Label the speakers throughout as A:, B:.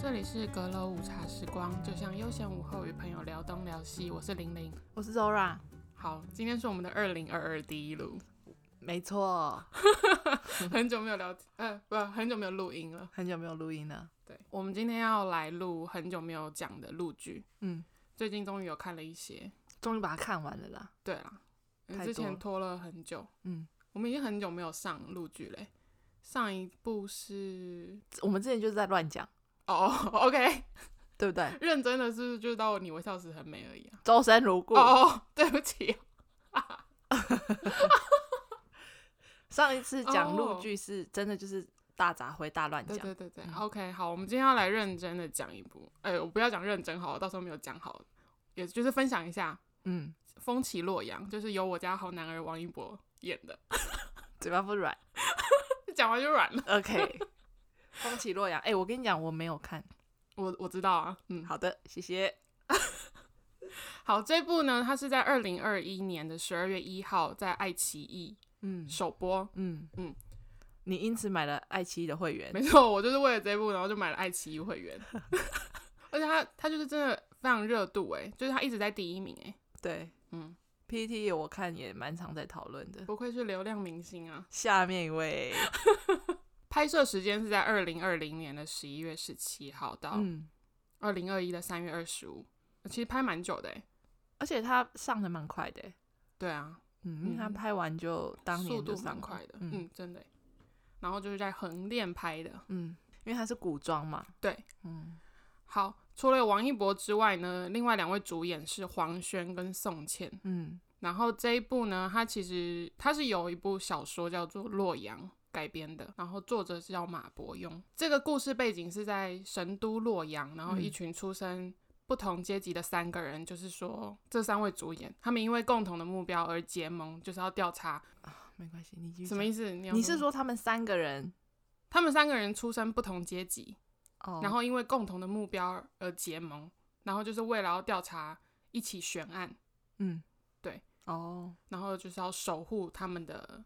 A: 这里是阁楼午茶时光，就像悠闲午后与朋友聊东聊西。我是玲玲。
B: 我是 Zora，
A: 好，今天是我们的二零二二第一录，
B: 没错，
A: 很久没有聊，呃，不，很久没有录音了。
B: 很久没有录音了。
A: 对，我们今天要来录很久没有讲的陆剧，
B: 嗯，
A: 最近终于有看了一些。
B: 终于把它看完了啦。
A: 对啦，嗯
B: 太
A: 之
B: 多
A: 前
B: 了
A: 拖了很久，
B: 嗯，
A: 我们已经很久没有上陆剧嘞。上一部是
B: 我们之前就是在乱讲，
A: 哦、o k
B: 对不对？
A: 认真的是不是就是到你微笑时很美而已啊。
B: 周生如故。
A: 哦，对不起，
B: 上一次讲
A: 哦
B: 陆剧是真的就是大杂烩、大乱
A: 对
B: 讲。
A: 对对对、
B: 嗯
A: o k 好，我们今天要来认真的讲一部，哎、我不要讲认真好了，到时候没有讲好，也就是分享一下
B: 嗯，
A: 《风起洛阳》，就是由我家好男儿王一博演的，
B: 嘴巴不软。
A: 讲完就软了。
B: OK，风起洛阳。哎、我跟你讲，我没有看。
A: 我我知道啊，嗯，
B: 好的，谢谢。
A: 好，这部呢，它是在二零二一年的十二月一号在爱奇艺
B: 嗯
A: 首播，
B: 嗯
A: 嗯
B: 嗯，你因此买了爱奇艺的会员。
A: 没错，我就是为了这部，然后就买了爱奇艺会 员，而且它它就是真的非常热度哎、就是它一直在第一名哎、
B: 对
A: 嗯，
B: ，PPT 我看也蛮常在讨论的。
A: 不愧是流量明星啊。
B: 下面一位，
A: 拍摄时间是在二零二零年的十一月十七号到
B: 嗯，
A: 二零二一的三月二十五，其实拍蛮久的哎、
B: 而且他上的蛮快的、
A: 对啊，
B: 嗯，因为他
A: 嗯
B: 拍完就当
A: 速
B: 年
A: 度
B: 就上
A: 蛮
B: 了
A: 快的，嗯
B: 嗯
A: 真的欸、然后就是在横店拍的，
B: 嗯，因为他是古装嘛，
A: 对，
B: 嗯
A: 好，除了王一博之外呢，另外两位主演是黄轩跟宋茜。
B: 嗯
A: 然后这一部呢，它其实它是由一部小说叫做《洛阳》改编的，然后作者是叫马伯庸。这个故事背景是在神都洛阳，然后一
B: 嗯
A: 群出身不同阶级的三个人，就是说这三位主演，他们因为共同的目标而结盟，就是要调查
B: 啊，没关系，你继续
A: 什么
B: 讲
A: 意思？你要
B: 你是
A: 什么
B: 说他们三个人
A: 他们三个人出身不同阶级，
B: 哦？
A: 然后因为共同的目标而结盟，然后就是为了要调查一起悬案，
B: 嗯，
A: 对，
B: 哦，
A: 然后就是要守护他们的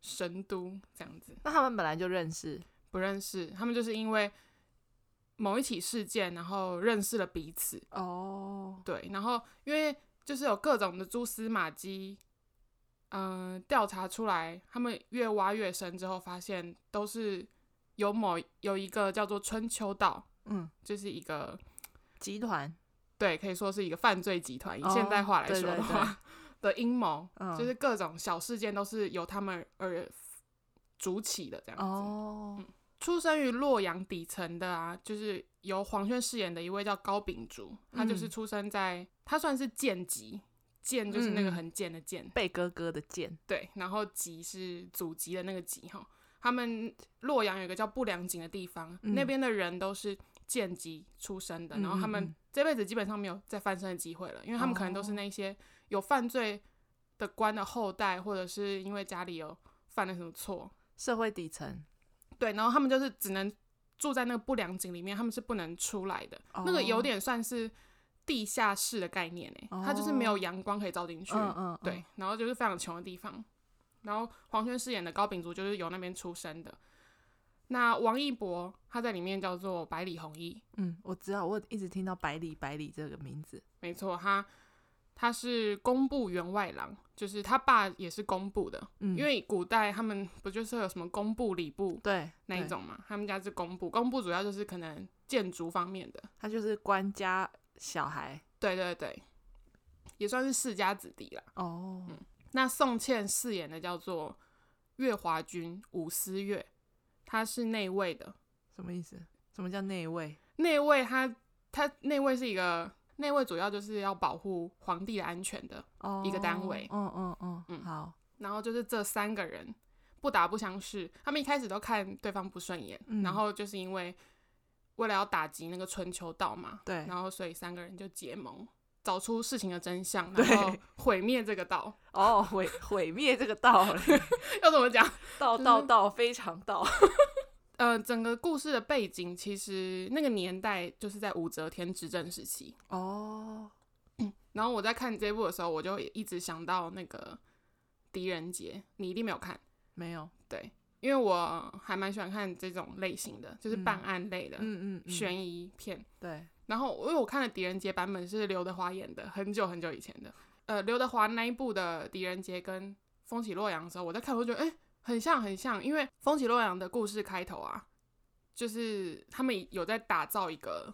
A: 神都这样子。
B: 那他们本来就认识，
A: 不认识，他们就是因为某一起事件，然后认识了彼此。
B: 哦，
A: 对，然后因为就是有各种的蛛丝马迹，嗯、调查出来，他们越挖越深之后，发现都是有某有一个叫做春秋道，
B: 嗯，
A: 就是一个
B: 集团，
A: 对，可以说是一个犯罪集团，以
B: 哦
A: 现代化来
B: 对
A: 说
B: 对
A: 的话、的阴谋，
B: 嗯，
A: 就是各种小事件都是由他们而主起的这样子。
B: 哦，
A: 出生于洛阳底层的啊，就是由黄轩饰演的一位叫高秉烛，他就是
B: 嗯
A: 出生在、他算是贱籍，贱就是
B: 嗯
A: 那个很贱的贱，
B: 贝哥哥的剑，
A: 对，然后籍是祖籍的那个籍哈。他们洛阳有一个叫不良井的地方，
B: 嗯
A: 那边的人都是贱籍出身的，然后他
B: 嗯嗯
A: 们
B: 嗯
A: 这辈子基本上没有再翻身的机会了，因为他们可能都是
B: 哦
A: 那些有犯罪的官的后代，或者是因为家里有犯了什么错，
B: 社会底层，
A: 对，然后他们就是只能住在那个不良井里面，他们是不能出来的。那个有
B: 哦，
A: 点算是地下室的概念诶、它就是没有阳光可以照进去。
B: 哦嗯嗯，
A: 对，然后就是非常穷的地方。然后黄轩饰演的高秉烛就是由那边出生的。那王一博他在里面叫做百里弘毅，
B: 嗯，嗯，我知道，我一直听到百里百里这个名字，
A: 没错，他他是工部员外郎，就是他爸也是工部的，
B: 嗯，
A: 因为古代他们不就是有什么工部、礼部，
B: 对
A: 那一
B: 对
A: 种嘛，他们家是工部，工部主要就是可能建筑方面的，
B: 他就是官家小孩，
A: 对对对，也算是世家子弟啦。
B: 哦，
A: 嗯那宋茜饰演的叫做月华君伍思月，她是内卫的，
B: 什么意思？什么叫内卫？
A: 内卫她她内卫是一个内卫主要就是要保护皇帝的安全的，
B: 哦
A: 一个单位
B: 嗯嗯嗯
A: 嗯
B: 嗯，好，
A: 然后就是这三个人不打不相识，他们一开始都看对方不顺眼，
B: 嗯
A: 然后就是因为为了要打击那个春秋道嘛，
B: 对
A: 然后所以三个人就结盟，找出事情的真相，
B: 对
A: 然后毁灭这个道。
B: 哦，毁毁灭这个道 理，
A: 要怎么讲？
B: 道
A: 就是
B: 道道非常道，
A: 呃，整个故事的背景其实那个年代就是在武则天执政时期。
B: 哦，
A: 然后我在看这部的时候，我就一直想到那个狄仁杰，你一定没有看，
B: 没有，
A: 对，因为我还蛮喜欢看这种类型的，就是
B: 嗯
A: 办案类的、
B: 嗯嗯嗯，
A: 悬疑片。
B: 对，
A: 然后因为我看的《狄仁杰》版本是刘德华演的，很久很久以前的。呃，刘德华那一部的《狄仁杰》跟《风起洛阳》的时候，我在看，我就觉得哎、诶很像很像，因为《风起洛阳》的故事开头啊，就是他们有在打造一个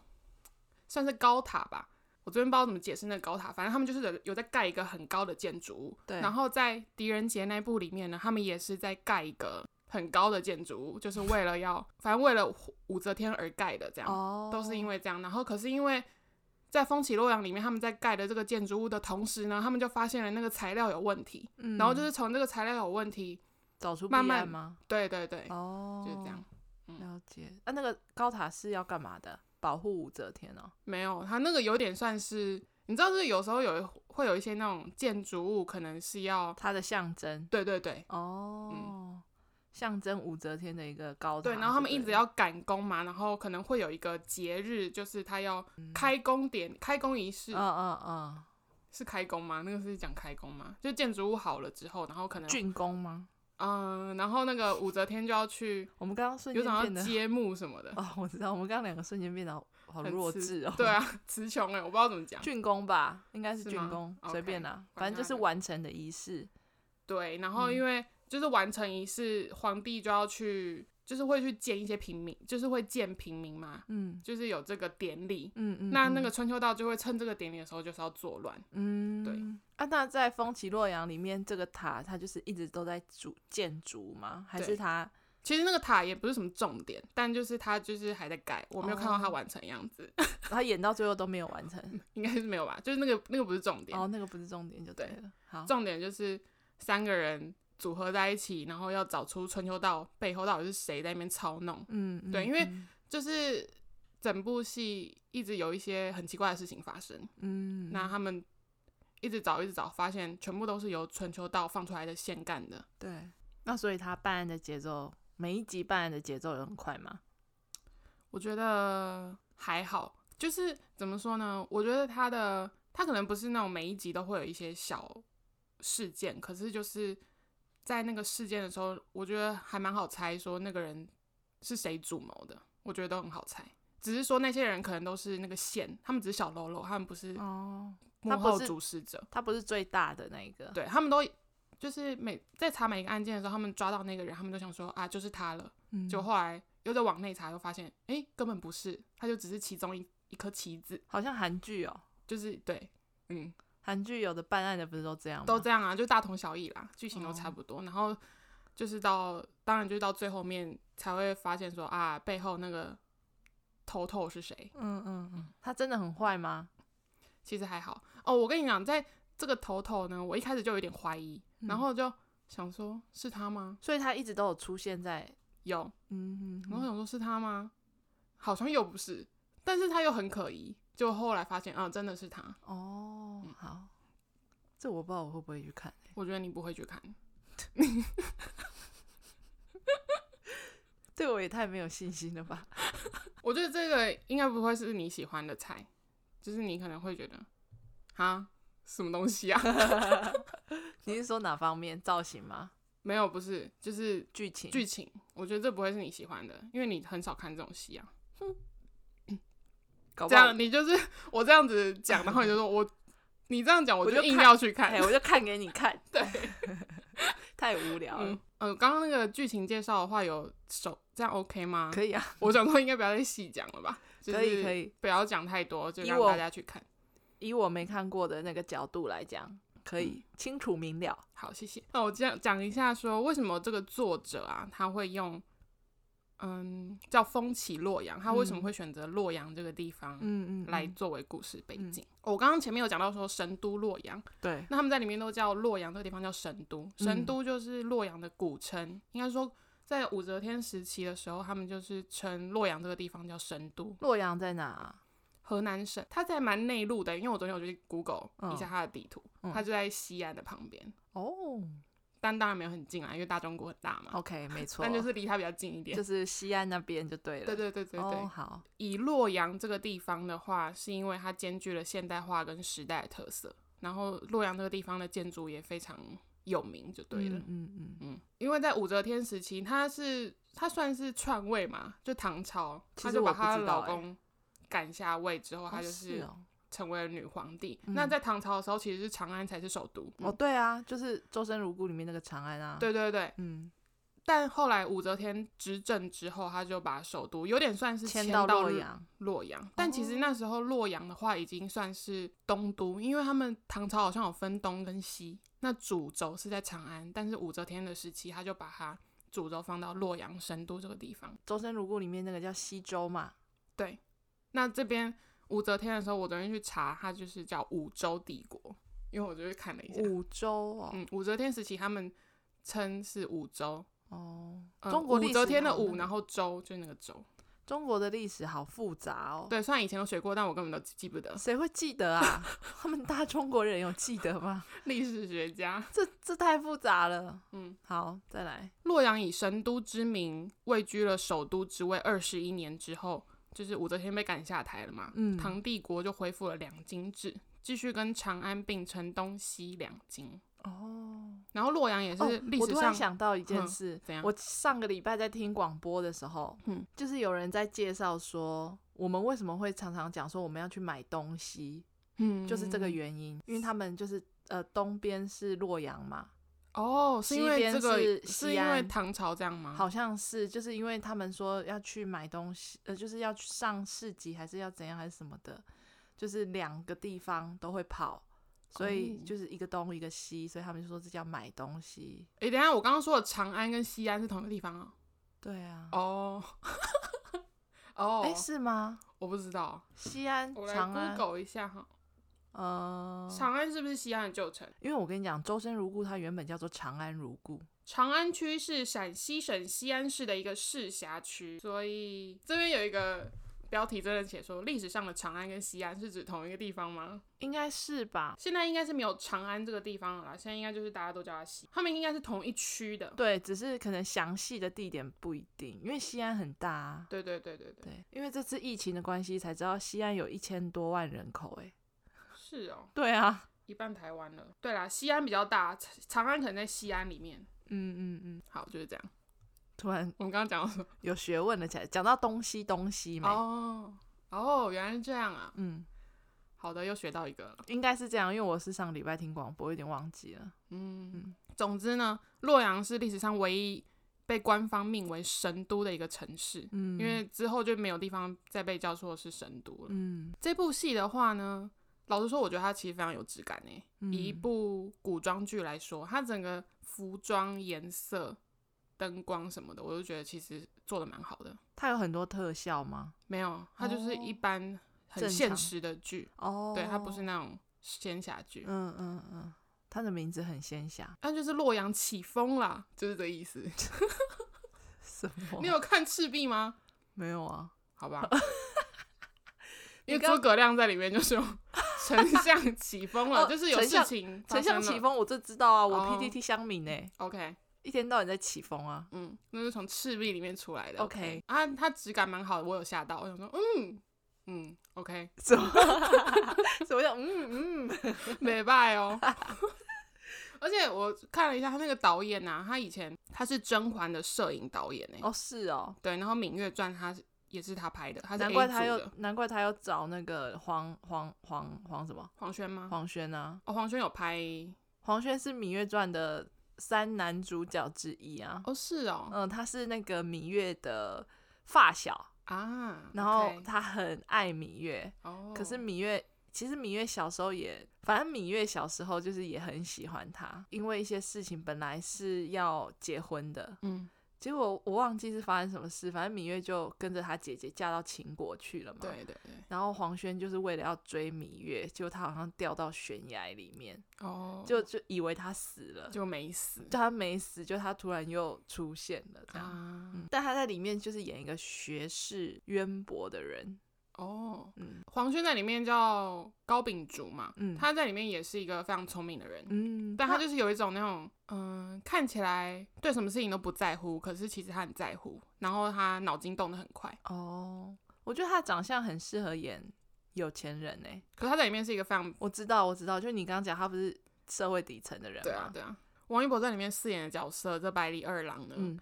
A: 算是高塔吧。我这边不知道怎么解释那个高塔，反正他们就是有有在盖一个很高的建筑物。
B: 对
A: 然后在《狄仁杰》那一部里面呢，他们也是在盖一个很高的建筑物，就是为了要，反正为了武武则天而盖的这样。
B: 哦
A: 都是因为这样。然后可是因为在《风起洛阳》里面，他们在盖的这个建筑物的同时呢，他们就发现了那个材料有问题，
B: 嗯
A: 然后就是从这个材料有问题，
B: 找出
A: 慢
B: 弊
A: 慢
B: 案吗？
A: 对对对，
B: 哦，
A: 就是这样。嗯
B: 了解。那、那个高塔是要干嘛的？保护武则天哦。
A: 没有，它那个有点算是，你知道，就是有时候有会有一些那种建筑物可能是要，
B: 它的象征
A: 对对对。
B: 哦，象征武则天的一个高塔。
A: 对，然后他们
B: 对
A: 一
B: 不
A: 直
B: 对
A: 要赶工嘛，然后可能会有一个节日，就是他要开工点、开工仪式、
B: 嗯嗯嗯，
A: 是开工吗？那个是讲开工吗？就建筑物好了之后，然后可能
B: 竣工吗？
A: 嗯，然后那个武则天就要 去
B: 我们刚刚瞬
A: 有
B: 间
A: 想
B: 变
A: 要
B: 得
A: 揭幕什么的，
B: 哦，我知道，我们刚刚两个瞬间变得好好
A: 很
B: 弱
A: 刺
B: 智 哦。
A: 对，啊，词穷哎，我不知道怎么讲。
B: 竣工吧，应该是
A: 是
B: 竣
A: 吗
B: 工，
A: OK，
B: 随便啦，
A: 管
B: 反正就
A: 他
B: 是
A: 的
B: 完成的仪式。
A: 对，然
B: 嗯
A: 后因为就是完成仪式，皇帝就要去，就是会去见一些平民，就是会见平民嘛，
B: 嗯
A: 就是有这个典礼。
B: 嗯嗯。
A: 那
B: 嗯
A: 那个春秋道就会趁这个典礼的时候，就是要作乱。
B: 嗯，
A: 对。
B: 啊，那在《风起洛阳》里面，这个塔它就是一直都在筑建筑吗？还是
A: 对
B: 它
A: 其实那个塔也不是什么重点，但就是它就是还在盖，我没有看到它
B: 哦
A: 完成的样子，
B: 它演到最后都没有完成？
A: 应该是没有吧？就是那个那个不是重点，
B: 哦，那个不是重点就对
A: 对
B: 了。好，
A: 重点就是三个人组合在一起，然后要找出春秋道背后到底是谁在那边操弄。
B: 嗯，
A: 对
B: 嗯
A: 因为
B: 嗯
A: 就是整部戏一直有一些很奇怪的事情发生，
B: 嗯，
A: 那他们一直找一直找，发现全部都是由春秋道放出来的线干的。
B: 对，那所以他办案的节奏，每一集办案的节奏有很快吗？
A: 我觉得还好，就是怎么说呢？我觉得他的他可能不是那种每一集都会有一些小事件，可是就是在那个事件的时候，我觉得还蛮好猜，说那个人是谁主谋的，我觉得都很好猜。只是说那些人可能都是那个线，他们只是小喽啰，他们不是
B: 哦，
A: 幕
B: 他不
A: 后
B: 是
A: 主使者。
B: 他不是最大的那一个。
A: 对他们都就是每在查每一个案件的时候，他们抓到那个人，他们都想说啊，就是他了。
B: 嗯，
A: 就后来又再往内查，又发现哎、诶根本不是，他就只是其中一一颗棋子，
B: 好像韩剧哦，
A: 就是对，嗯，
B: 韩剧有的办案的不是都这样吗？
A: 都这样啊，就大同小异啦，剧情都
B: 哦
A: 差不多。然后就是到当然就是到最后面才会发现说啊，背后那个头头是谁，
B: 嗯嗯嗯，他真的很坏吗？
A: 其实还好哦。我跟你讲，在这个头头呢，我一开始就有点怀疑，然
B: 嗯
A: 后就想说是他吗？
B: 所以他一直都有出现在，
A: 有，
B: 嗯，嗯
A: 然后
B: 嗯
A: 想说是他吗？好像又不是，但是他又很可疑。就后来发现啊，真的是他。
B: 哦
A: 嗯，
B: 好，这我不知道我会不会去看 欸、
A: 我觉得你不会去看，
B: 对我也太没有信心了 吧？
A: 我觉得这个应该不会是你喜欢的菜，就是你可能会觉得啊，什么东西啊？
B: 你是说哪方面造型吗？
A: 没有，不是，就是
B: 剧情？
A: 剧情。我觉得这不会是你喜欢的，因为你很少看这种戏啊。
B: 搞不
A: 这
B: 好
A: 样你就是我这样子讲，然后你就说我，你这样讲我
B: 我就
A: 就硬
B: 看
A: 要去看
B: 哎、。我就看给你 看。
A: 对，
B: 太无聊了。
A: 嗯呃，刚刚那个剧情介绍的话有手这样 OK 吗？
B: 可以啊，
A: 我想说应该不要再细讲了吧，就是、
B: 可以可，以。
A: 不要讲太多，就
B: 以
A: 让
B: 我
A: 大家去看。
B: 以我没看过的那个角度来讲，可以清楚明了。
A: 好，谢谢。那我讲讲一下说为什么这个作者啊，他会用嗯叫风起洛阳，他为什么
B: 嗯
A: 会选择洛阳这个地方？
B: 嗯
A: 来作为故事背景，我刚刚前面有讲到说神都洛阳，
B: 对，
A: 那他们在里面都叫洛阳这个地方叫神都，
B: 嗯
A: 神都就是洛阳的古称，应该说在武则天时期的时候，他们就是称洛阳这个地方叫神都。
B: 洛阳在哪啊、
A: 河南省，它在蛮内陆的，因为我昨天有去 Google
B: 嗯
A: 一下它的地图，
B: 嗯
A: 它就在西安的旁边，
B: 哦
A: 但当然没有很近啊，因为大中国很大嘛，
B: ，OK，没错，
A: 但就是离它比较近一点
B: 哦就。是西安那边就对了。
A: 对对对对对，
B: 哦，好，
A: 以洛阳这个地方的话，是因为它兼具了现代化跟时代的特色，然后洛阳这个地方的建筑也非常有名，就对了。
B: 嗯嗯嗯，
A: 嗯，因因为在武则天时期，她是她算是篡位嘛，就唐朝，
B: 其
A: 她
B: 实
A: 就把
B: 我不
A: 她
B: 知
A: 的
B: 道
A: 老
B: 欸
A: 公赶下位之后，
B: 哦
A: 她就是是
B: 哦，
A: 成为了女皇帝。那
B: 嗯
A: 在唐朝的时候，其实是长安才是首都。
B: 哦对啊，就是《周生如故》里面那个长安啊，，
A: 嗯对对对，
B: 嗯，
A: 但后来武则天执政之后，她就把首都有点算是
B: 迁
A: 到
B: 到洛
A: 日
B: 阳，
A: 洛阳，但其实
B: 哦
A: 那时候洛阳的话已经算是东都，因为他们唐朝好像有分东跟西，那主轴是在长安，但是武则天的时期，他就把它主轴放到洛阳神都这个地方。
B: 《周生如故》里面那个叫西周嘛，
A: 那这边武则天的时候，我昨天去查，它就是叫武周帝国，因为我就去看了一下，
B: 五周哦，
A: 嗯，武则天时期他们称是武周，
B: 哦，
A: 呃
B: 中国历
A: 武
B: 史
A: 则天的
B: 好那
A: 武，
B: 个
A: 然后周就是那个周，
B: 中国的历史好复杂哦，
A: 对，虽然以前有学过，但我根本都记不得。
B: 谁会记得啊？他们大中国人有记得吗？
A: 历史学家，
B: 这这太复杂了。
A: 嗯，
B: 好，再来。
A: 洛阳以神都之名位居了首都之位二十一年之后，就是武则天被赶下台了嘛，
B: 嗯
A: 唐帝国就恢复了两京制，继续跟长安并称东西两京。
B: 哦，
A: 然后洛阳也
B: 哦
A: 是历
B: 我
A: 史
B: 突然
A: 上、
B: 想到一件
A: 嗯
B: 事，
A: 怎样
B: 我上个礼拜在听广播的时候，
A: 嗯
B: 就是有人在介绍说，我们为什么会常常讲说我们要去买东西，
A: 嗯
B: 就是这个原因，因为他们就是呃东边是洛阳嘛，
A: 哦，是因
B: 西
A: 为
B: 边
A: 这个
B: 是西
A: 因为
B: 安
A: 唐朝这样吗？
B: 好像是，就是因为他们说要去买东西，呃，就是要去上市集，还是要怎样，还是什么的，就是两个地方都会跑，所以
A: 哦
B: 就是一个东一个西，所以他们就说这叫买东西。
A: 诶，等一下我刚刚说的长安跟西安是同一个地方啊？
B: 对啊，
A: 哦， 哦，
B: 哎、是吗？
A: 我不知道，
B: 西安、
A: 我来
B: 长安，
A: Google 一下哈，
B: 呃，
A: 长安是不是西安的旧城？
B: 因为我跟你讲，周生如故它原本叫做长安如故，
A: 长安区是陕西省西安市的一个市辖区，所以这边有一个标题真的写说，历史上的长安跟西安是指同一个地方吗？
B: 应该是吧？
A: 现在应该是没有长安这个地方了啦，现在应该就是大家都叫它西，他们应该是同一区的。
B: 对，只是可能详细的地点不一定，因为西安很大、啊。
A: 对对对对对，
B: 对，因为这次疫情的关系，才知道西安有一千多万人口、哎，
A: 是哦，
B: 对啊，
A: 一半台湾了。对啦，西安比较大，长长安可能在西安里面。
B: 嗯嗯嗯，
A: 好，就是这样。
B: 突然
A: 我们刚刚讲到什么？
B: 有学问了起来，讲到东西东西嘛，
A: 哦哦，原来是这样啊。
B: 嗯，
A: 好的，又学到一个了。
B: 应该是这样，因为我是上礼拜听广播，有点忘记了。
A: 嗯，总之呢，洛阳是历史上唯一被官方命为神都的一个城市，
B: 嗯，
A: 因为之后就没有地方再被叫做是神都了。
B: 嗯，
A: 这部戏的话呢，老实说，我觉得它其实非常有质感诶、
B: 嗯
A: 以一部古装剧来说，它整个服装、颜色、灯光什么的，我就觉得其实做的蛮好的。
B: 它有很多特效吗？
A: 没有，它就是
B: 哦
A: 一般很
B: 正
A: 现
B: 常
A: 实的剧，
B: 哦，
A: 对，它不是，那种仙侠剧。
B: 嗯嗯嗯，它的名字很仙侠，
A: 它就是洛阳起风啦，就是这意思。
B: 什么？
A: 你有看《赤壁》吗？
B: 没有啊？
A: 好 吧，因
B: 你
A: 为
B: 刚
A: 诸葛亮在里面 就是有丞相起风了，
B: 哦
A: 就是有
B: 丞
A: 事
B: 相
A: 情发
B: 丞相
A: 生
B: 起
A: 了
B: 风，我就知道啊，我
A: 哦
B: PTT 乡民呢、欸
A: OK，
B: 一天到晚在起 风啊。
A: 嗯，那是从赤壁里面出来的。
B: OK
A: 啊，它质感蛮好的，我有吓到，我想说，嗯嗯，OK，
B: 什么？什么叫嗯嗯？
A: 美拜哦。 而且我看了一下，他那个导演啊，他以前他是《甄嬛》的摄影导演呢、
B: 哦，是哦，
A: 对，然后《芈月传》他是也是他拍的，他是
B: 难
A: A
B: 怪他
A: 组
B: 要
A: 的
B: 难怪他要找那个黄黄黄黄什么
A: 黄轩吗？
B: 黄轩啊，
A: 哦，黄轩有拍
B: 黄轩是《芈月传》的三男主角之一啊。
A: 哦，是哦
B: 嗯，他是那个芈月的发小，
A: 啊，
B: 然后
A: OK
B: 他很爱芈月。
A: 哦，
B: 可是芈月其实芈月小时候也，反正芈月小时候就是也很喜欢他，因为一些事情本来是要结婚的，
A: 嗯，
B: 结果我忘记是发生什么事，反正芈月就跟着他姐姐嫁到秦国去了嘛。。
A: 对对对，
B: 然后黄轩就是为了要追芈月，结果他好像掉到悬崖里面，
A: 哦，
B: 就就以为他死了，
A: 就没死
B: 就他没死，就他突然又出现了这样。
A: 啊。
B: 嗯，但他在里面就是演一个学识渊博的人，
A: 哦，
B: 嗯
A: 黄轩在里面叫高秉烛嘛，
B: 嗯
A: 他在里面也是一个非常聪明的人，
B: 嗯，
A: 但他就是有一种那种，嗯、看起来对什么事情都不在乎，可是其实他很在乎，然后他脑筋动得很快，
B: 哦，我觉得他长相很适合演有钱人哎、
A: 可是他在里面是一个非常，
B: 我知道，我知道，就你刚刚讲他不是社会底层的人
A: 对
B: 嘛，
A: 啊对啊，王一博在里面饰演的角色这百里二郎呢，
B: 嗯，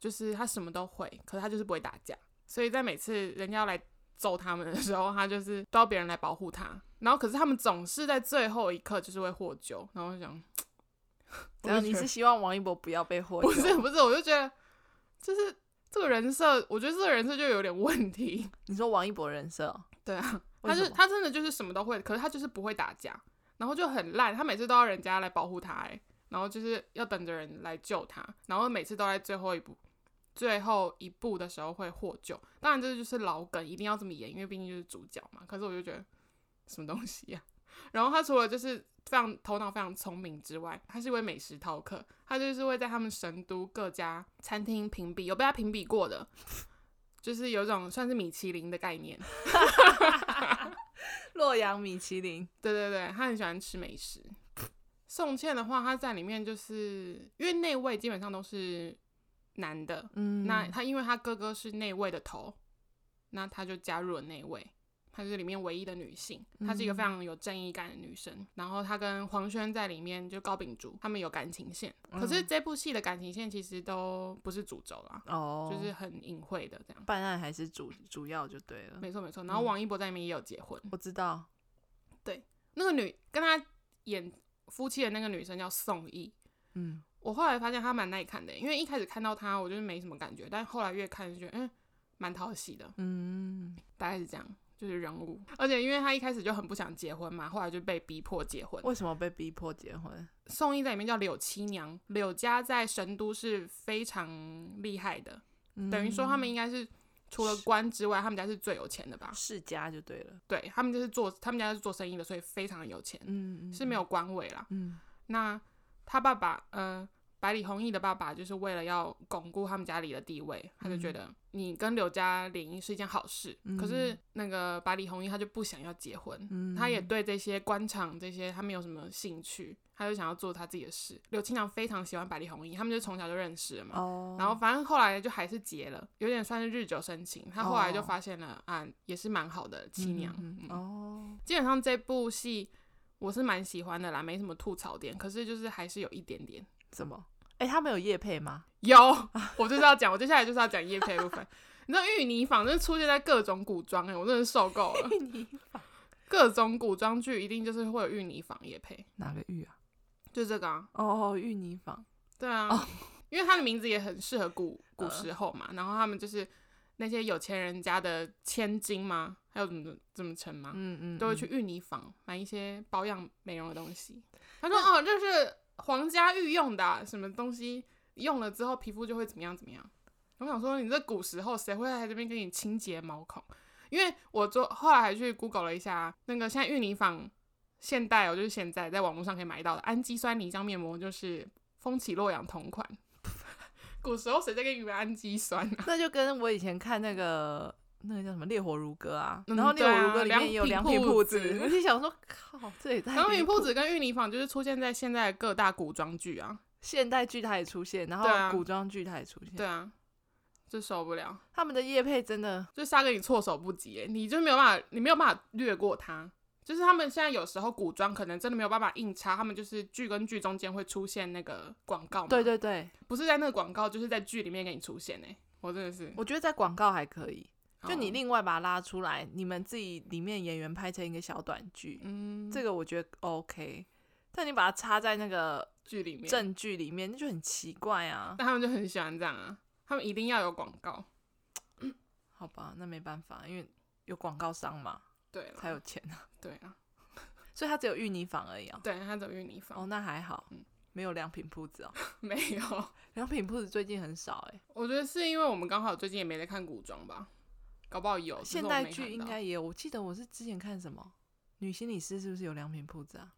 A: 就是他什么都会，可是他就是不会打架，所以在每次人家要来揍他们的时候，他就是都要别人来保护他。然后可是他们总是在最后一刻就是会获救，然后我就 想，
B: 然后你是希望王一博不要被获
A: 不是
B: 救？
A: 不是，我就觉得就是这个人设，我觉得这个人设就有点问题。
B: 你说王一博人设哦，
A: 对啊，
B: 为
A: 他
B: 什
A: 就
B: 么
A: 他真的就是什么都会，可是他就是不会打架，然后就很烂，他每次都要人家来保护他、欸，然后就是要等着人来救他，然后每次都在最后一步。最后一步的时候会获救，当然这就是老梗，一定要这么演，因为毕竟就是主角嘛。可是我就觉得什么东西呀、 然后他除了就是非常头脑非常聪明之外，他是一位美食饕客，他就是会在他们神都各家餐厅评比，有被他评比过的，就是有一种算是米其林的概念。
B: 洛阳米其林，
A: 对对对，他很喜欢吃美食。宋茜的话，她在里面就是因为内卫基本上都是男的，
B: 嗯，
A: 那他因为他哥哥是内卫的头，那他就加入了内卫，她是里面唯一的女性，她是一个
B: 嗯
A: 非常有正义感的女生。然后她跟黄轩在里面就高秉烛，他们有感情线，可是
B: 嗯
A: 这部戏的感情线其实都不是主轴啦，
B: 哦，
A: 就是很隐晦的这样。
B: 办案还是主主要就对了。
A: 没错没错，然后
B: 嗯
A: 王一博在里面也有结婚，
B: 我知道，
A: 那个女跟他演夫妻的那个女生叫宋轶，
B: 嗯，
A: 我后来发现她蛮耐看的，因为一开始看到她我就是没什么感觉，但后来越看就觉得嗯蛮讨喜的，
B: 嗯，
A: 大概是这样，就是人物。而且因为她一开始就很不想结婚嘛，后来就被逼迫结婚。
B: 为什么被逼迫结婚？
A: 宋轶在里面叫柳七娘，柳家在神都是非常厉害的，
B: 嗯
A: 等于说他们应该是。除了官之外，他们家是最有钱的吧？
B: 嗯世家就对了，
A: 对他们就是做，他们家是做生意的，所以非常有钱，
B: 嗯，
A: 是没有，官位啦。
B: 嗯
A: 那他爸爸，呃，百里弘毅的爸爸，就是为了要巩固他们家里的地位，他就
B: 嗯
A: 觉得你跟柳家联姻是一件好事。可是那个百里弘毅他就不想要结婚，
B: 嗯，
A: 他也对这些官场这些他没有什么兴趣，他就想要做他自己的事。柳青娘非常喜欢百里弘毅，他们就从小就认识了嘛。
B: 哦，
A: 然后反正后来就还是结了，有点算是日久生情。他后来就
B: 哦
A: 发现了、啊，也是蛮好的
B: 嗯
A: 七娘。
B: 嗯
A: 嗯
B: 哦，
A: 基本上这部戏我是蛮喜欢的啦，没什么吐槽点，可是就是还是有一点点。
B: 什么？哎，他们有叶 配吗？
A: 有，我就是要讲，我接下来就是要讲叶配的部分。你知道芋泥坊真的出现在各种古装哎、我真的受够了。各种古装剧一定就是会有芋泥坊叶配，
B: 哪个玉啊？
A: 就这个啊，
B: 哦，芋泥坊，
A: 对啊，
B: 哦
A: 因为它的名字也很适合古古
B: 呃
A: 时候嘛。然后他们就是那些有钱人家的千金吗？还有怎么怎么称吗？
B: 嗯嗯，
A: 都会去芋泥坊买一些保养美容的东西。他说：“哦，这是皇家御用的啊、什么东西，用了之后皮肤就会怎么样怎么样。”我想说，你这古时候谁会在这边给你清洁毛孔？因为我昨后来还去 Google 了一下，那个现在芋泥坊现代哦，就是现在在网络上可以买到的氨基酸泥浆面膜，就是风起洛阳同款。 古时候谁在给你买氨基酸 啊？
B: 那就跟我以前看那个那个叫什么《烈火如歌》啊，
A: 嗯
B: 然后《烈火如歌》里
A: 对啊
B: 面也有
A: 良
B: 良
A: 品
B: 品
A: 铺
B: 铺
A: 子
B: 子，我就想说，靠，这也太
A: 然后
B: 离
A: 米
B: 谱
A: 铺子跟芋泥坊就是出现在现在各大古装剧啊，
B: 现代剧它也出现，然
A: 对啊
B: 后古装剧它也出现，
A: 对啊，就受不了。
B: 他们的叶配真的
A: 就杀给你措手不及耶，你就没有办法，你没有办法略过它。就是他们现在有时候古装可能真的没有办法硬插，他们就是剧跟剧中间会出现那个广告嘛，
B: 对，对对，
A: 不是在那个广告，就是在剧里面给你出现哎，我真的是，
B: 我觉得在广告还可以，就你
A: 哦，
B: 另外把它拉出来，你们自己里面演员拍成一个小短剧，
A: 嗯，
B: 这
A: 个
B: 个我觉得 OK。但你把它插在那个
A: 剧里面，
B: 正剧里面，那就很奇怪啊。
A: 但他们就很喜欢这样啊，他们一定要有广告，
B: 好吧，那没办法，因为有广告商嘛，
A: 对
B: 才
A: 了，
B: 有钱啊。
A: 对啊，
B: 所以它只有芋泥坊而已啊。
A: 对，他走芋泥坊、
B: 哦，那还好
A: 嗯，
B: 没有良品铺子哦。
A: 没有，
B: 良品铺子最近很少哎、
A: 我觉得是因为我们刚好最近也没在看古装吧，搞不好有
B: 现代
A: 剧
B: 剧应该也有。我记得我是之前看什么女心理师是不是有良品铺子啊？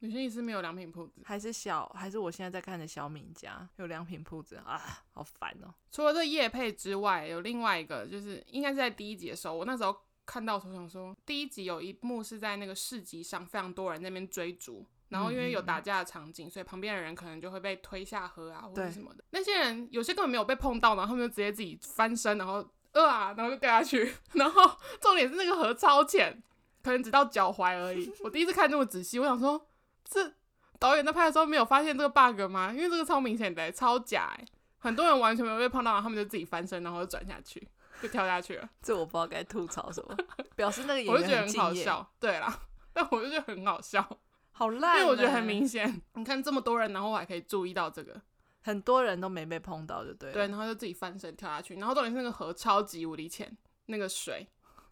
A: 女性医师没有良品铺子，
B: 还是小，还是我现在在看的小敏家有良品铺子啊， 好烦哦、
A: 除了这叶配之外，有另外一个，就是应该是在第一集的时候，我那时候看到的时候想说，第一集有一幕是在那个市集上，非常多人在那边追逐，然后因为有打架的场景，所以旁边的人可能就会被推下河啊，或者
B: 对
A: 什么的。那些人有些根本没有被碰到，然后他们就直接自己翻身，然后呃啊，然后就掉下去。 然后重点是那个河超浅，可能只到脚踝而已。我第一次看这么仔细，我想说这导演在拍的时候没有发现这个 bug 吗？因为这个超明显的、超假、欸，很多人完全没有被碰到，他们就自己翻身，然后就转下去，就跳下去了。
B: 这我不知道该吐槽什么，表示那个演
A: 我就觉得
B: 员
A: 很
B: 敬
A: 好
B: 业，
A: 笑，对啦， 但我就觉得很好笑，
B: 好
A: 因
B: 烂、欸
A: 为我觉得很，明显，你看这么多人，然后我还可以注意到这个，
B: 很多人都没被碰到，就对了。
A: 对，然后就自己翻身跳下去，然后重点是那个河超级无敌浅，那个水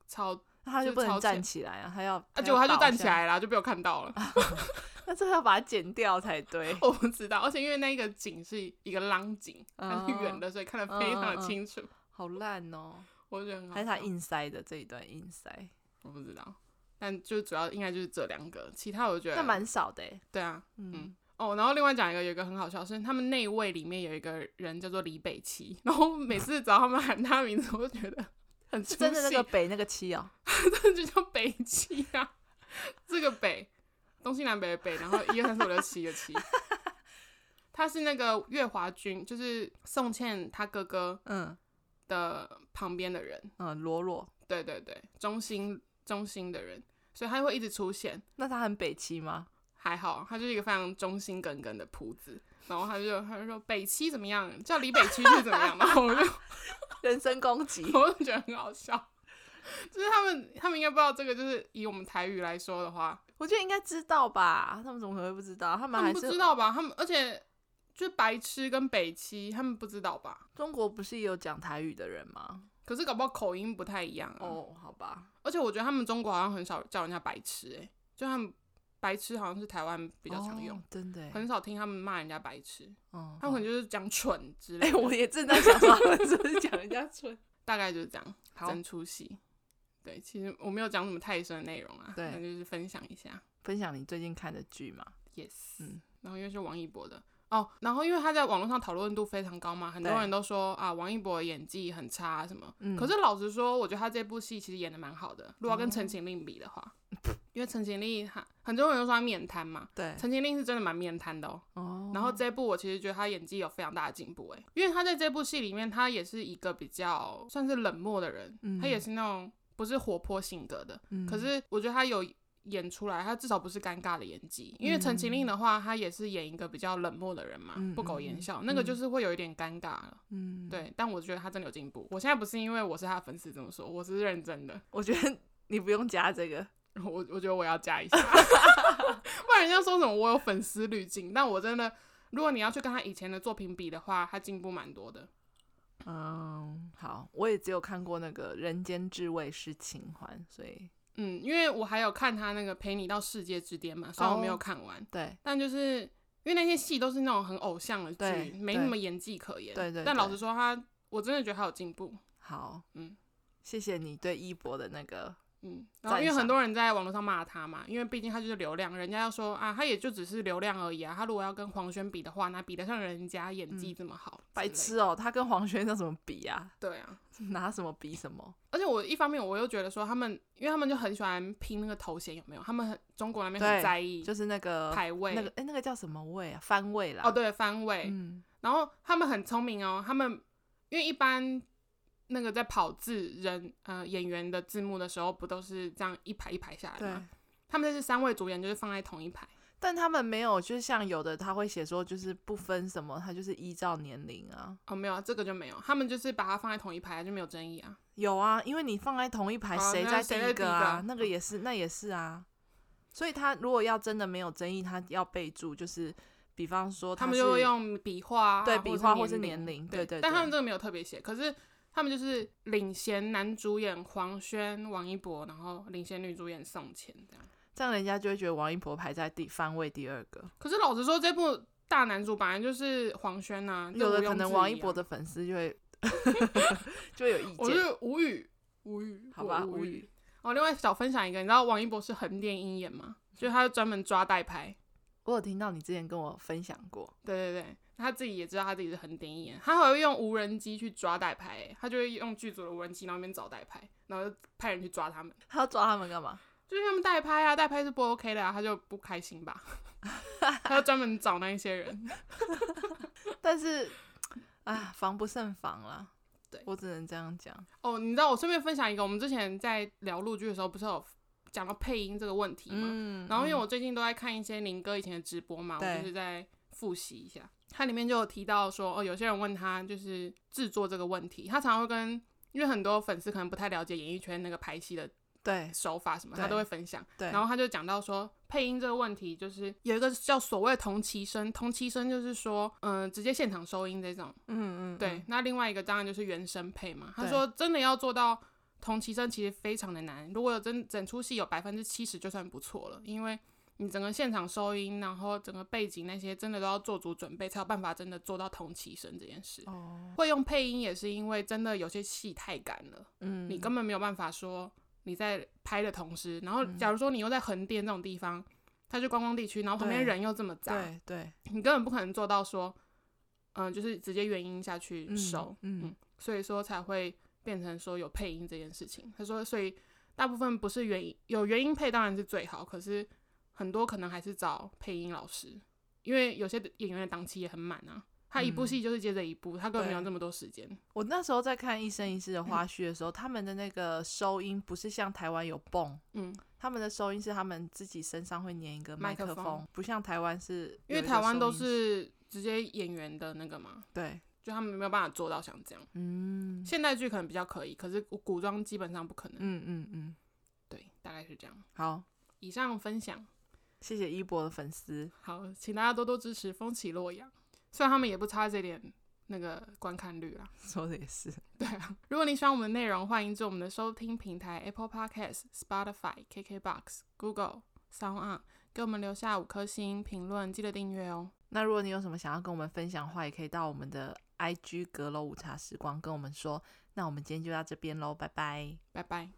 A: 超，
B: 那他
A: 就
B: 就是不
A: 超
B: 能站
A: 前
B: 起来啊，他要，
A: 啊，结果他就
B: 倒
A: 站起
B: 下，哎
A: 来啦，就被我看到了，
B: 那这个要把它剪掉才 对。
A: 我不知道，而且因为那个景是一个浪景，它是远的，所以看得非常
B: 嗯嗯嗯
A: 的
B: 嗯
A: 清楚，
B: 好烂哦，
A: 我就觉得很好
B: 还是他
A: 笑
B: 硬塞的这一段硬塞，
A: 我不知道，但就主要应该就是这两个，其他我觉
B: 那
A: 得
B: 蛮少的欸。
A: 对啊，
B: 嗯，
A: 哦，然后另外讲一个，有一个很好笑，是他们内卫里面有一个人叫做李北齐，然后每次只要他们喊他的名字，我就觉得很
B: 是
A: 出
B: 真的那
A: 戏
B: 个，北那个七哦，
A: 真的就叫北齐啊，这个北，东西南北的北，然后一二三四五六七的七，他是那个月华君，就是宋茜她哥哥
B: 嗯
A: 的旁边的人，
B: 嗯，罗罗，
A: 对对对，中心中心的人，所以他会一直出现。
B: 那他很北七吗？
A: 还好，他就是一个非常忠心耿耿的仆子。然后他就他就说北七怎么样，叫李北七去怎么样，然后我就，
B: 人身攻击
A: 我就觉得很好笑。 就是他们他们应该不知道这个，就是以我们台语来说的话，
B: 我觉得应该知道吧？他们怎么可能会不知道？他们
A: 他们
B: 还
A: 不
B: 是
A: 知道吧？他们而且就是白痴跟北七，他们不知道吧？
B: 中国不是也有讲台语的人吗？
A: 可是搞不好口音不太一样、啊、
B: 哦，好吧，
A: 而且我觉得他们中国好像很少叫人家白痴、欸，就他们白痴好像是台湾比较常用，
B: 哦，真的欸，
A: 很少听他们骂人家白痴，
B: 嗯，
A: 他们可
B: 好
A: 能就是讲蠢之类
B: 哎，
A: 的。
B: 我也正在想说他们是不是讲人家蠢？
A: 大概就是这样，
B: 好
A: 真出戏。对，其实我没有讲什么太深的内容啊，
B: 对
A: 那就是分享一下。
B: 分享你最近看的剧嘛？
A: Yes，
B: 嗯
A: 然后因为是王一博的哦，然后因为他在网络上讨论度非常高嘛，很多
B: 对
A: 人都说啊，王一博的演技很差啊什么。
B: 嗯，
A: 可是老实说，我觉得他这部戏其实演的蛮好的。如果要跟
B: 哦
A: 陈情令比的话，因为陈情令他很多人都说他面瘫嘛，
B: 对
A: 陈情令是真的蛮面瘫的哦。
B: 哦，
A: 然后这部我其实觉得他演技有非常大的进步，哎，因为他在这部戏里面，他也是一个比较算是冷漠的人，
B: 嗯
A: 他也是那种不是活泼性格的，
B: 嗯
A: 可是我觉得他有演出来，他至少不是尴尬的演技，因为陈情令的话，他也是演一个比较冷漠的人嘛，
B: 嗯
A: 不苟
B: 嗯
A: 言
B: 嗯
A: 笑，那个就
B: 嗯
A: 是会有一点尴尬了，
B: 嗯，
A: 对，但我觉得他真的有进步，我现在不是因为我是他的粉丝这么说，我是认真的，
B: 我觉得你不用加这个，
A: 我我觉得我要加一 下，不然人家说什么我有粉丝滤镜，但我真的，如果你要去跟他以前的作品比的话，他进步蛮多的。
B: 嗯，好，我也只有看过那个《人间至味是清欢》，所以
A: 嗯，因为我还有看他那个《陪你到世界之巅》嘛，虽然我没
B: 哦
A: 有看完，
B: 对
A: 但就是因为那些戏都是那种很偶像的
B: 对
A: 剧，没
B: 对
A: 什么演技可言。
B: 对对
A: 但老
B: 对
A: 实说他，我真的觉得他有进步。
B: 好，
A: 嗯，
B: 谢谢你对一博的那个，
A: 嗯，然后
B: 赞
A: 因为很
B: 赏
A: 多人在网络上骂他嘛，因为毕竟他就是流量，人家要说啊，他也就只是流量而已啊。他如果要跟黄轩比的话，哪比得上人家演技
B: 嗯
A: 这么好？
B: 白，痴哦，他跟黄轩要怎么比啊？
A: 对啊。
B: 拿什么比什么？
A: 而且我一方面我又觉得说他们，因为他们就很喜欢拼那个头衔有没有？他们很中国那边
B: 对
A: 很在意
B: 就是那个
A: 排位，
B: 那个哎，那个叫什么味啊？番味啦。
A: 哦，对番位。
B: 嗯，
A: 然后他们很聪明哦，他们因为一般那个在跑字人呃演员的字幕的时候，不都是这样一排一排下来
B: 对
A: 吗？。他们这是三位主演，就是放在同一排。
B: 但他们没有，就是像有的他会写说，就是不分什么，他就是依照年龄啊。
A: 哦，没有啊，这个就没有，他们就是把它放在同一排就没有争议啊。
B: 有啊，因为你放在同一排，
A: 哦
B: 谁
A: 那
B: 在
A: 谁
B: 第
A: 在
B: 一
A: 第
B: 个
A: 一
B: 啊？
A: 个
B: 那个也是，那也是啊。所以他如果要真的没有争议，他要备注，就是比方说
A: 他
B: 是
A: 们就会用笔画、啊，
B: 对笔画或
A: 或
B: 是
A: 年
B: 年龄对对
A: 但他们
B: 对
A: 这个没有特别写，可是他们就是领衔男主演黄轩、王一博，然后领衔女主演宋茜这样。
B: 这样，人家就会觉得王一博排在第番位第二个。
A: 可是老实说，这部大男主本来就是黄轩呐、啊，
B: 有
A: 这毋
B: 的
A: 庸
B: 可能
A: 置
B: 王
A: 疑
B: 一博
A: 啊，
B: 的粉丝就 会就会有意
A: 我
B: 见，
A: 是无语，无语，
B: 好
A: 我
B: 吧，
A: 无
B: 无语。。
A: 哦，另外小分享一个，你知道王一博是横店鹰眼吗？就是他专门抓代拍，
B: 我有听到你之前跟我分享过，
A: 对对对，他自己也知道他自己是横点眼，他还会用无人机去抓代拍欸，他就会用剧组的无人机然后那边找代拍，然后就派人去抓他们，
B: 他要抓他们干嘛？
A: 就是他们代拍啊，代拍是不 OK 的啊，他就不开心吧，他就专门找那一些人，
B: 但是，啊，防不胜防啦。
A: 对
B: 我只能这样讲。
A: 哦，你知道我顺便分享一个，我们之前在聊陆剧的时候，不是有讲到配音这个问题嘛，
B: 嗯
A: 然后因为
B: 嗯
A: 我最近都在看一些林哥以前的直播嘛，我
B: 对
A: 就是在复习一下。它里面就有提到说，哦，有些人问他就是制作这个问题，他常常会跟，因为很多粉丝可能不太了解演艺圈那个拍戏的
B: 对
A: 手法什么，
B: 对
A: 他都会分享。
B: 对，
A: 然后他就讲到说，配音这个问题就是有一个叫所谓同期声，同期声就是说，嗯、直接现场收音这种。
B: 嗯嗯
A: 对，
B: 嗯
A: 那另外一个当然就是原声配嘛。他
B: 对
A: 说真的要做到同期声，其实非常的难。如果有真整出戏有百分之七十就算不错了，因为你整个现场收音，然后整个背景那些真的都要做足准备，才有办法真的做到同期声这件事。
B: 哦
A: 会用配音也是因为真的有些戏太赶了，
B: 嗯，
A: 你根本没有办法说你在拍的同时，然
B: 嗯
A: 后假如说你又在横店这种地方，它就观光地区，然后旁边
B: 对
A: 人又这么杂，
B: 对对
A: 你根本不可能做到说，嗯、就是直接原音下去
B: 嗯
A: 收，
B: 嗯
A: 嗯所以说才会变成说有配音这件事情。他说，所以大部分不是原音，有原音配当然是最好，可是很多可能还是找配音老师，因为有些演员的档期也很满啊，他一部
B: 嗯
A: 戏就是接着一部，他根本没有
B: 对
A: 这么多时间。
B: 我那时候在看《一生一世》的花絮的时候，他们的那个收音不是像台湾有泵，
A: 嗯，
B: 他们的收音是他们自己身上会粘一个
A: 麦
B: 麦
A: 克
B: 克
A: 风
B: 风，不像台湾是
A: 因
B: 有
A: 为
B: 一个
A: 台湾
B: 收
A: 都
B: 音室
A: 是直接演员的那个嘛，
B: 对，
A: 就他们没有办法做到像这样。
B: 嗯
A: 现代剧可能比较可以，可是古古装基本上不可能。
B: 嗯嗯嗯，
A: 对，大概是这样。
B: 好，
A: 以上分享。
B: 谢谢一博的粉丝，
A: 好，请大家多多支持风起洛阳，虽然他们也不差这点那个观看率啦。
B: 说的也是，
A: 对啊，如果你喜欢我们的内容，欢迎至我们的收听平台 Apple Podcast、Spotify、KKBox、Google、Sound On 给我们留下五颗星评论，记得订阅哦。
B: 那如果你有什么想要跟我们分享的话，也可以到我们的 IG 阁楼午茶时光跟我们说。那我们今天就到这边喽，拜拜。
A: 拜拜。